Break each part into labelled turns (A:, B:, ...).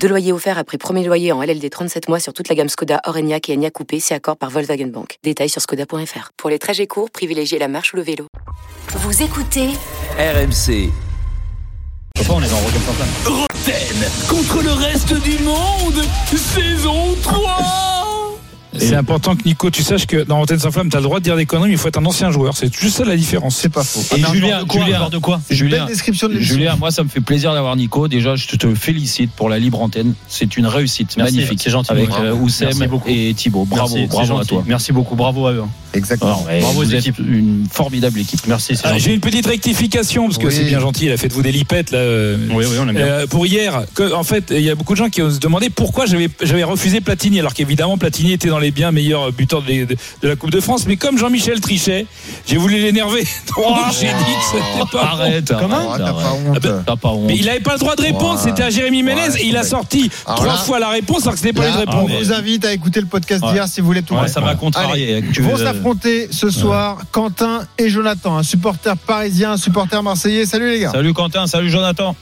A: Deux loyers offerts après premier loyer en LLD 37 mois sur toute la gamme Skoda, Orenia et Enya Coupé, si accord par Volkswagen Bank. Détails sur skoda.fr. Pour les trajets courts, privilégiez la marche ou le vélo.
B: Vous écoutez
C: RMC.
D: Pourquoi on est dans Rotten sans flamme
E: Rotten contre le reste du monde, saison 3
F: C'est important que Nico, tu saches que dans Antenne sans flamme, t'as le droit de dire des conneries, mais il faut être un ancien joueur. C'est juste ça la différence.
G: C'est pas faux.
F: Ah,
D: Et
F: mais un
D: Julien,
F: genre de quoi, un
D: Julien,
F: genre de quoi
D: Julien,
G: Belle description de l'émission.
D: Julien, moi ça me fait plaisir d'avoir Nico. Déjà, je te félicite pour la libre antenne. C'est une réussite
F: Merci,
D: magnifique.
F: c'est gentil,
D: Avec
F: bravo.
D: euh, Oussem
F: Merci beaucoup.
D: et Thibaut. Bravo,
F: Merci, c'est
D: bravo à
F: gentil.
D: toi.
F: Merci beaucoup, bravo à eux. hein.
G: Exactement.
D: Alors, eh,
F: Bravo aux
D: vous êtes
F: équipes.
D: une formidable équipe. Merci,
F: Ah, J'ai une petite rectification parce que
G: Oui.
F: c'est bien gentil. Il a fait de vous des lipettes là. euh,
D: Oui, oui, on aime bien.
F: euh, pour hier, que, en fait, il y a beaucoup de gens qui ont se demandé pourquoi j'avais j'avais refusé Platini, alors qu'évidemment Platini était dans les bien meilleurs buteurs de, de- de la Coupe de France. Mais comme Jean-Michel Trichet, j'ai voulu l'énerver. Donc j'ai dit que c'était pas bon.
D: Oh, Arrête.
F: Comment
G: Ah,
D: arrête,
G: t'as
D: arrête.
G: pas honte.
F: ben,
D: T'as pas honte. Oh,
F: Mais il n'avait pas le droit de répondre,
G: Ouais.
F: c'était à Jérémy Ménez
G: Ouais,
F: et il a
G: c'est
F: sorti
G: Alors
F: trois
G: là-
F: fois la réponse alors que ce n'est pas lui de
G: Là,
F: répondre.
G: on vous invite à écouter le podcast
D: Ouais.
G: d'hier si vous voulez tout hein,
D: Ouais,
G: comprendre.
D: ça m'a contrarié. Tu
G: Ils vont
D: veux-
G: s'affronter ce soir, Quentin et Jonathan, un supporter parisien, un supporter marseillais. Salut les gars.
D: Salut Quentin, salut Jonathan.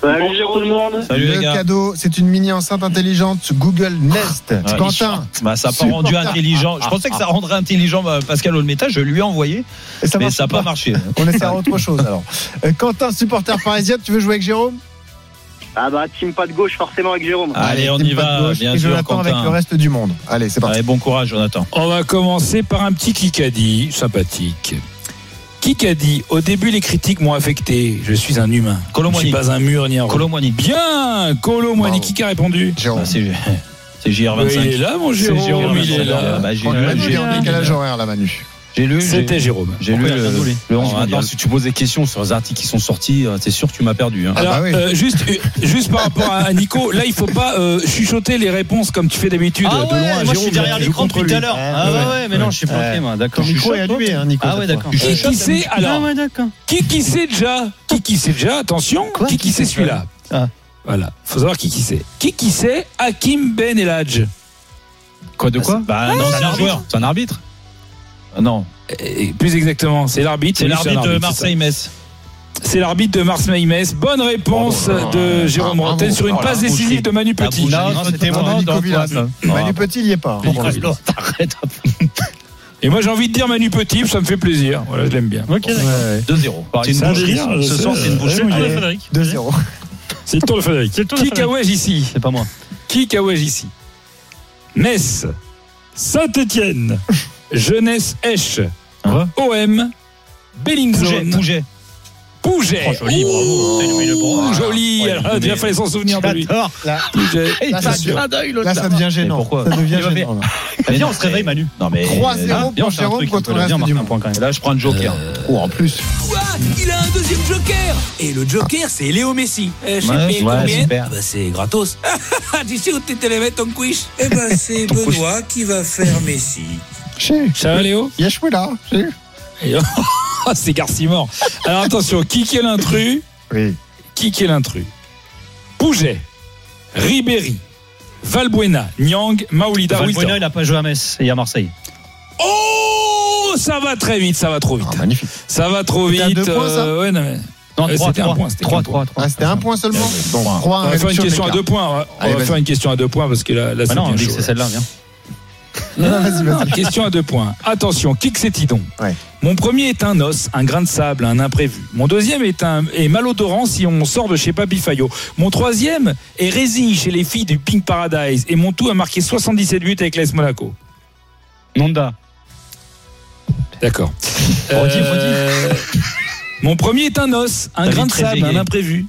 H: Bonjour tout le monde.
D: Salut
G: le
D: les gars.
G: cadeau, c'est une mini enceinte intelligente Google Nest.
D: Ouais, il
G: Quentin,
D: chante. Bah, ça n'a pas rendu intelligent. Je pensais que ça rendrait intelligent bah, Pascal Olmeta. Je lui ai envoyé,
G: Et ça
D: mais
G: marche
D: ça n'a pas marché.
G: On essaiera autre chose alors. Euh, Quentin, supporter parisien, tu veux jouer avec Jérôme
H: Ah bah team pas de gauche forcément avec Jérôme.
D: Allez, on
G: team
D: y
G: pas de
D: va.
G: gauche,
D: Bien
G: et
D: sûr,
G: Jonathan avec le
D: Quentin.
G: reste du monde. Allez, c'est parti.
D: Allez, bon courage, Jonathan.
F: On va commencer par un petit Kikadi sympathique. Kikadi, au début les critiques m'ont affecté. Je suis un humain. Je
D: Colomboigny.
F: suis pas un mur ni un roc.
D: Colomboigny.
F: Bien Colo Moigny,
G: Bravo.
F: qui qui a répondu
G: Jérôme.
D: Ah, C'est c'est
F: Ouais, Il est
D: JR25.
F: là mon
D: C'est
F: Jérôme,
D: Jérôme,
F: il est là.
D: Bah, j'ai lu-
G: Manu, il
D: j'ai-
G: est en décalage horaire là, Manu.
D: J'ai lu. j'ai-
F: C'était Jérôme.
D: J'ai lu le, le 11 mondial.
I: si tu poses des questions sur les articles qui sont sortis, c'est sûr que tu m'as perdu.
F: Alors,
D: Ah
G: bah oui.
F: euh, juste, euh, juste par rapport à à Nico, là, il faut pas euh, chuchoter les réponses comme tu fais d'habitude
D: Ah
F: euh, de
D: ouais,
F: loin.
D: moi je
F: Jérôme,
D: suis derrière
F: joue
D: l'écran
F: contre
D: depuis tout à
F: lui.
D: l'heure. Ah ouais, ouais, mais non, je suis bloqué, moi,
G: Ton
D: d'accord.
G: micro est
D: Chuchote, toi
G: allumé, hein, Nico.
D: Ah
G: cette
D: ouais,
G: fois.
D: d'accord.
F: Et qui sait, alors,
D: Ah ouais, d'accord.
F: Qui qui c'est déjà Qui qui c'est déjà Attention,
D: Quoi,
F: qui
D: qui
F: qui c'est
D: c'est
F: celui-là
D: Ah.
F: Voilà, faut savoir qui qui c'est. Qui qui c'est Hakim Ben Eladj.
I: Quoi de quoi
D: Bah non, c'est un joueur.
I: C'est un arbitre
D: Ah, Non,
F: Et plus exactement, c'est l'arbitre.
D: c'est
F: Oui,
D: l'arbitre de
F: c'est ça.
D: Marseille-Metz.
F: C'est l'arbitre de Marseille-Metz. Bonne réponse
G: Bravo.
F: de Jérôme
G: Ah, bravo.
F: Rotten sur une
D: Oh, la
F: passe décisive
D: boucherie.
F: de Manu Petit.
D: Non,
G: Non,
D: c'était
G: c'était
D: moi,
G: Nico
D: d'Antoine.
G: Villas.
D: Non,
G: Manu Petit, il y est pas.
D: Nico Villas, T'arrêtes.
F: Et moi j'ai envie de dire Manu Petit, ça me fait plaisir. Voilà, je l'aime bien.
D: Ok, d'accord. 2-0.
I: C'est une
D: Ça,
I: boucherie,
D: je veux dire,
I: ce
D: je
I: soir,
D: sais.
I: c'est une boucherie.
D: Ouais,
G: Allez,
D: ouais.
G: Frédéric. 2-0.
F: C'est le tour de Frédéric.
D: C'est le tour de
F: Qui
D: Frédéric.
F: cahouège ici
D: C'est pas moi.
F: Qui cahouège ici Metz, Saint-Étienne, Jeunesse Esch,
D: Hein
F: OM,
D: Pouget,
F: Bellingzone,
D: Pouget.
F: Pouget.
D: Oh, joli, bravo. Putain, il met le bras.
F: Ouh, Joli.
D: Oh, Ouais,
F: Alors là,
D: mais-
F: déjà, fallait s'en souvenir de lui.
D: J'adore.
F: Pouget.
D: Il
G: Là,
D: fait un
G: ça-
D: clin d'œil, l'autre,
G: Là, ça devient gênant.
D: pourquoi
G: Ça devient
D: Il va
G: gênant. là.
D: Mais Viens, on se réveille, Manu. Non, mais.
G: 3-0
D: Ah, viens, on
G: pour
D: fait un
G: Jérôme
D: truc,
G: contre
D: on
G: le
D: peut
G: reste
D: bien
G: du
D: marquer
G: monde.
D: un point quand même. Là, je prends le joker.
G: Oh, en plus.
E: Il a un deuxième joker Et le joker c'est Léo Messi. Euh, je sais
D: Ouais,
E: payé
D: ouais,
E: combien
D: super.
E: Ah bah, C'est gratos. Ah, tu sais où t'es levé ton quiche Eh ben c'est Benoît qui va faire Messi.
G: Chez.
F: Ça va, Léo
G: Yashoué là. chez.
F: Et- Oh, C'est Garcimore. Alors attention, qui qui est l'intrus
G: Oui.
F: Qui qui est l'intrus Pouget, Ribéry, Valbuena, Nyang, Maoulida,
D: Valbuena,
F: Wilton.
D: il a pas joué à Metz et à Marseille.
F: Oh, ça va très vite, ça va trop vite.
G: Ah, Magnifique.
F: Ça va trop
G: C'était à
F: vite.
G: deux points, ça
F: ouais, non, mais-
D: Non,
F: Euh,
D: 3
F: c'était un
D: 3
F: point, c'était un
D: 3
F: point.
D: 3
G: Ah, c'était un point seulement. Donc,
F: On
G: 3
F: va faire une question à deux points. on va- On
G: Ah, Allez,
F: va
G: vas-y.
F: faire une question à deux points parce que là, là,
D: Bah
F: c'est
D: non, on
F: bien
D: dit que
F: chaud,
D: c'est
F: là.
D: celle-là, viens.
G: Non, non, vas-y, vas-y.
F: Question à deux points. Attention, kick c'est tidon.
G: Ouais.
F: Mon premier est un os, un grain de sable, un imprévu. Mon deuxième est, un, est malodorant si on sort de chez Papy Fayot. Mon troisième est résille chez les filles du Pink Paradise. Et mon tout a marqué 77 buts avec l'AS Monaco.
D: Nonda.
F: D'accord.
D: Redis,
F: Euh, mon premier est un os, un
D: T'as
F: grain
D: vite
F: de sable,
D: réveillé.
F: un imprévu.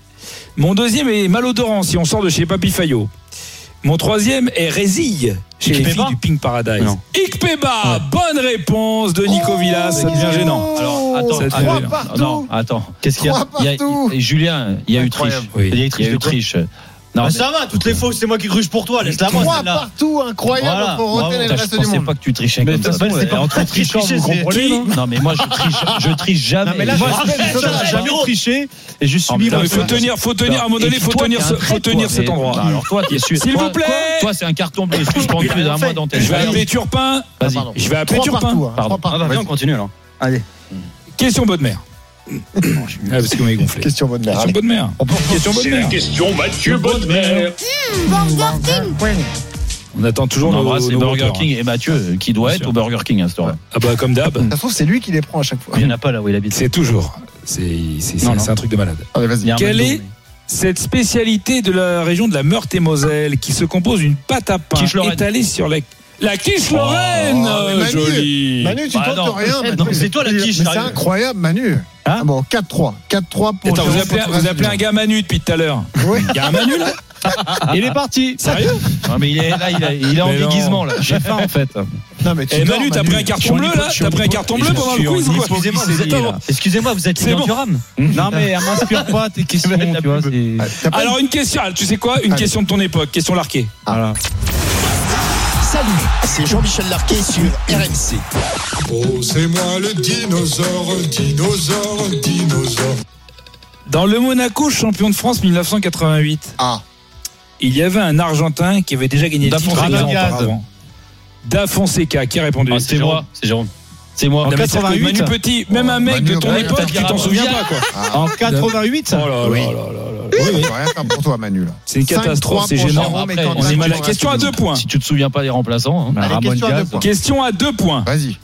F: Mon deuxième est malodorant si on sort de chez Papy Fayot. Mon troisième est résille chez les
D: Ikpeba
F: filles du Pink Paradise.
D: Non. Oh,
F: Ikpeba, bonne réponse de Nico Villas, c'est
G: Oh,
F: bien gênant.
D: Alors, attends,
F: Ça devient
D: attends,
G: gênant.
D: non, attends. Qu'est-ce qu'il y a
G: Trois
D: Il y a-
G: partout.
D: Julien, il y a eu triche.
G: Incroyable.
F: Oui.
D: Il y a eu triche.
F: Il y a eu
D: de triche. Non,
B: Ah,
D: mais-
B: ça va, toutes les fausses, c'est moi qui gruge pour toi, laisse-la moi.
G: Trois
B: celle-là.
G: partout, incroyable
B: Voilà,
G: entre Rotten et le
D: Putain,
G: reste
D: je
G: du
D: pensais
G: monde.
D: pas que tu trichais
B: Mais
D: comme
B: de toute
D: ça.
B: façon, c'est pas
D: entre
B: tricher,
D: tricheurs, vous
B: c'est-
D: comprenez
B: Qui
D: non, mais moi, je triche, je triche jamais.
B: Non, mais là, je
D: Moi,
B: rappelle,
D: triche
B: ça,
D: jamais.
B: j'ai jamais triché et je
D: Non, mais
B: subis
D: non,
F: Non,
B: moi.
F: mais faut
D: Ouais.
F: tenir, faut tenir, à un moment donné,
D: Et
F: faut
D: toi,
F: tenir,
D: t'es
F: ce-
D: un
F: faut
D: traître,
F: tenir
D: toi,
F: cet
D: mais-
F: endroit.
D: Bah, Alors toi, t'es sûr.
F: S'il
D: Toi-
F: vous plaît.
D: toi- Toi, c'est un carton bleu suspendu
B: Il a
D: d'un
B: fait.
D: mois dans tes
F: Je vais appeler Turpin.
D: bah, Vas-y.
F: Je vais appeler
G: Trois
F: Turpin.
G: partout. hein,
D: Pardon.
G: trois
B: Ah
G: partout.
B: bah viens, on continue alors. Allez.
F: Question bonne mère. Ah, parce qu'on est gonflé.
G: Question bonne mère.
F: Question bonne mère. Question bonne mère.
I: Question Mathieu Bonnemer.
F: On attend toujours
D: On
F: nos,
D: embrasse les
F: nos
D: Burger
F: auteurs, hein.
D: King et Mathieu, qui doit
F: Bien
D: être
F: sûr.
D: au Burger King à cette heure-là.
F: Ah bah comme d'hab,
G: Ça se trouve, c'est lui qui les prend à chaque fois.
D: Il n'y en a pas là où il habite.
F: c'est toujours. C'est c'est-
D: Non,
F: c'est-
D: non.
F: c'est un truc de malade.
G: Allez,
D: Il y
G: vas-y.
D: a un
F: Quel
D: McDo,
F: est Cette spécialité de la région de la Meurthe-et-Moselle qui se compose d'une pâte à pain
D: Quiche Lorraine.
F: étalée sur la la quiche Lorraine,
G: Oh, mais Manu,
F: jolie.
G: Manu, tu
D: Bah
G: tentes
D: non,
G: rien.
B: non,
G: Manu.
B: c'est toi la quiche,
G: Mais C'est
B: sérieux.
G: incroyable, Manu. Ah bon, 4-3. 4-3 pour.
F: Attends, vous
G: Jérôme
F: appelez,
G: Poitras.
F: vous appelez un gars Manu depuis tout à l'heure.
G: Oui.
F: Il y a un Manu là
B: Il est parti.
F: Sérieux
D: mais- Non, mais il est là, il, a- il est en
F: Mais non.
D: déguisement là. J'ai faim en fait.
G: Non, mais
F: Eh
G: tu dors,
F: Manu, t'as pris un
D: Je suis
F: carton
D: en
F: bleu
D: hypo-
F: là
D: je suis
F: T'as
D: en
F: pris un
D: hypo-
F: carton
D: et
F: bleu
D: je
F: pendant
D: suis
F: le
D: en
F: quiz ou quoi
B: Excusez-moi, vous êtes
F: Excusez-moi.
B: Excusez-moi, vous êtes
F: C'est bon.
B: ignorant. Non mais elle m'inspire pas tes questions, tu vois, c'est
G: T'as pas
F: Alors une question, ah, tu sais quoi Une
G: Allez.
F: question de ton époque, question larquée.
D: Ah,
B: voilà.
C: Salut, c'est Jean-Michel Larquet sur RMC.
E: Oh, c'est moi le dinosaure, dinosaure, dinosaure.
F: Dans le Monaco, champion de France 1988,
G: Ah.
F: il y avait un Argentin qui avait déjà gagné le
D: Da
F: titre
D: Fonseca.
F: deux ans auparavant. Da Fonseca, qui a répondu
D: Ah, c'est moi, c'est Jérôme. C'est moi.
F: En
D: Non, mais c'est-
F: 88, Manu Petit, même un mec
G: Manu,
F: de ton
G: ouais,
F: époque, tu t'en souviens pas
G: ah,
F: quoi.
B: En 88
F: Oh là
G: Oui.
F: là là là là.
G: Oui, oui. rien faire pour toi, Manu. là.
F: C'est une
G: 5-3
F: catastrophe, c'est
G: pour
F: gênant.
G: Jérôme et
D: Après,
G: Quentin,
F: On est
G: tu
F: mal.
G: restes
F: Question à
G: debout.
F: deux points.
D: Si tu te souviens pas des remplaçants, hein.
B: Bah,
G: Allez,
D: Ramon
G: question à
D: Diaz.
G: deux points.
F: Question à deux points.
G: Vas-y.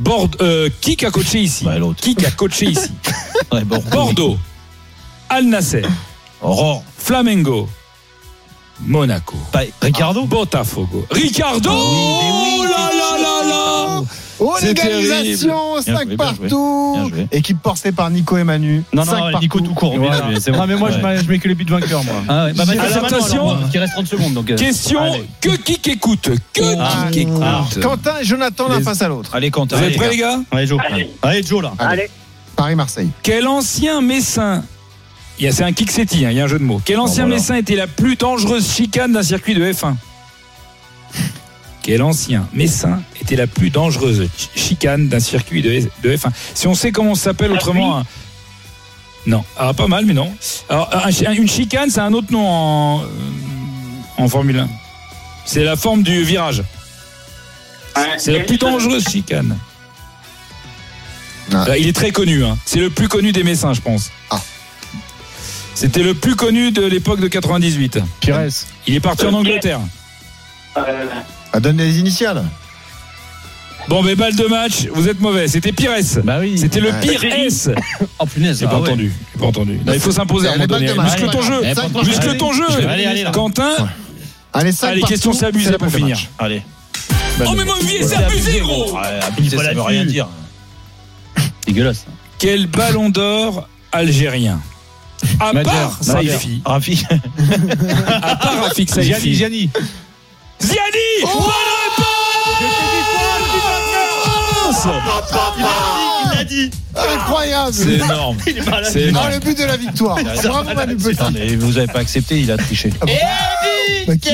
F: Borde- euh, qui a coaché ici
D: Bah, l'autre.
F: Qui a coaché ici
D: Ouais, Bordeaux.
F: Bordeaux, Al Nasser,
D: Aurore.
F: Flamengo, Monaco,
D: Pas-
B: Ah,
F: Ricardo, Botafogo, Ricardo. Oh là là là là
G: Oh,
F: C'est
G: l'égalisation,
D: Bien
G: 5
D: joué, bien Bien
G: partout.
D: joué.
G: Équipe portée par Nico et Manu.
B: Non
G: Cinq
B: non,
G: partout.
B: Nico tout court.
D: Voilà.
B: bien joué, c'est
D: Ah,
B: bon.
D: mais moi, je
B: je mets que les buts vainqueurs moi.
D: Ah ouais, bah, vas-y,
F: Alors,
D: c'est maintenant,
F: attention.
D: alors, parce qu'il reste 30 secondes. Donc, euh,
F: Question
D: Allez.
F: que qui écoute Que
G: Ah,
F: qui écoute
G: ah, Quentin et Jonathan l'un
F: Les-
G: face à l'autre.
D: Allez, Quentin.
F: Vous êtes
D: allez,
F: prêts les gars
B: Allez Joe.
H: Allez.
B: Allez Joe
D: Ah.
B: là.
G: Allez.
H: Allez.
G: Paris-Marseille.
F: Quel ancien Messin Il y a- c'est un kicksetti, hein, il y a un jeu de mots. Quel ancien
D: voilà.
F: Messin était la plus dangereuse chicane d'un circuit de F1 Quel ancien Messin était la plus dangereuse ch- chicane d'un circuit de, de F1 Si on sait comment on s'appelle autrement. un- Non, ah, pas mal, mais non. Alors, un chi- une chicane, c'est un autre nom en, euh, en Formule 1. C'est la forme du virage. C'est la plus dangereuse chicane.
G: Ah.
F: Là, il est très connu. hein. C'est le plus connu des Messins, je pense.
G: Ah.
F: C'était le plus connu de l'époque de 98.
B: Pires.
F: Il est parti en Angleterre.
H: Euh,
G: Ah, Donne les initiales.
F: Bon, mais balle de match, vous êtes mauvais. C'était Pires.
D: Bah oui.
F: C'était le
G: Ouais.
F: pire S.
D: Oh punaise.
F: J'ai pas
D: ah ouais.
F: entendu. J'ai pas entendu. Là, Bah, il faut s'imposer à un
G: Allez,
F: moment donné.
G: balle de match.
F: Muscle ton jeu.
G: Allez,
D: balle de match.
F: Muscle ton jeu.
D: Allez, allez, là.
F: Quentin,
G: Allez, 5
F: allez, question c'est abusé pour finir.
D: Allez.
F: Oh, mais mon vieux, c'est abusé, gros.
D: Ouais, abusé,
B: Voilà,
D: ça veut
B: tu-
D: rien dire. Dégueulasse.
F: Quel ballon d'or algérien À part Saifi.
D: Rafi.
F: À part Rafik Saifi.
B: Gianni.
F: Ziani
B: Oh,
D: Oh,
B: Il a dit.
G: Incroyable.
D: C'est énorme.
B: Il est pas là.
D: C'est
G: Ah,
D: énorme.
G: le but de la victoire. Bravo, Manu Petit.
D: Putain, mais vous avez pas accepté, il a triché.
G: Ah Bah, qui- qui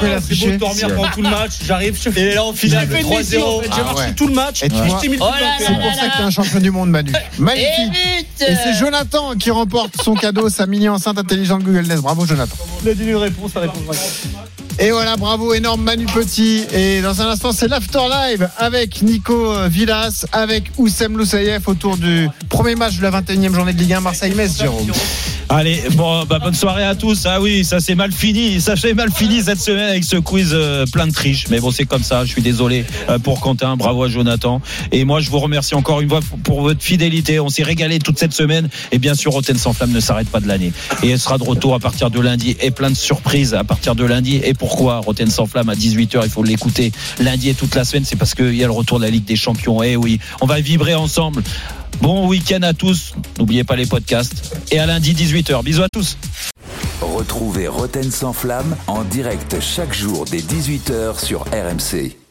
G: peut
B: C'est
G: la
B: beau de
G: tricher
B: dormir pendant tout le match, j'arrive, je fais. Et là en finale, 3-0.
G: Ah
B: J'ai marché
G: ouais.
B: tout le match,
G: Et tu vois,
B: je t'ai mis le
C: Oh
B: but
C: là
B: vainqueur.
G: C'est pour ça que t'es un champion du monde, Manu. Magnifique. Et c'est Jonathan qui remporte son cadeau, sa mini enceinte intelligente Google Nest. Bravo, Jonathan.
B: Il a dit une réponse, ça répond pas.
G: Et voilà, bravo, énorme Manu Petit. Et dans un instant, c'est l'After Live avec Nico euh, Villas, avec Oussem Loussaïef autour du premier match de la 21e journée de Ligue 1 Marseille-Metz, Jérôme.
B: Allez, bon, bah, bonne soirée à tous. Ah oui, ça s'est mal fini. Ça s'est mal fini cette semaine avec ce quiz euh, plein de triche. Mais bon, c'est comme ça. Je suis désolé euh, pour Quentin. Bravo à Jonathan. Et moi, je vous remercie encore une fois pour- pour votre fidélité. On s'est régalé toute cette semaine. Et bien sûr, Rotten sans flamme ne s'arrête pas de l'année. Et elle sera de retour à partir de lundi. Et plein de surprises à partir de lundi. Et pourquoi Rotten sans flamme à 18h Il faut l'écouter lundi et toute la semaine. C'est parce qu'il y a le retour de la Ligue des Champions. Eh oui, on va vibrer ensemble. Bon week-end à tous. N'oubliez pas les podcasts. Et à lundi 18h. Bisous à tous.
J: Retrouvez Roten sans flamme en direct chaque jour dès 18h sur RMC.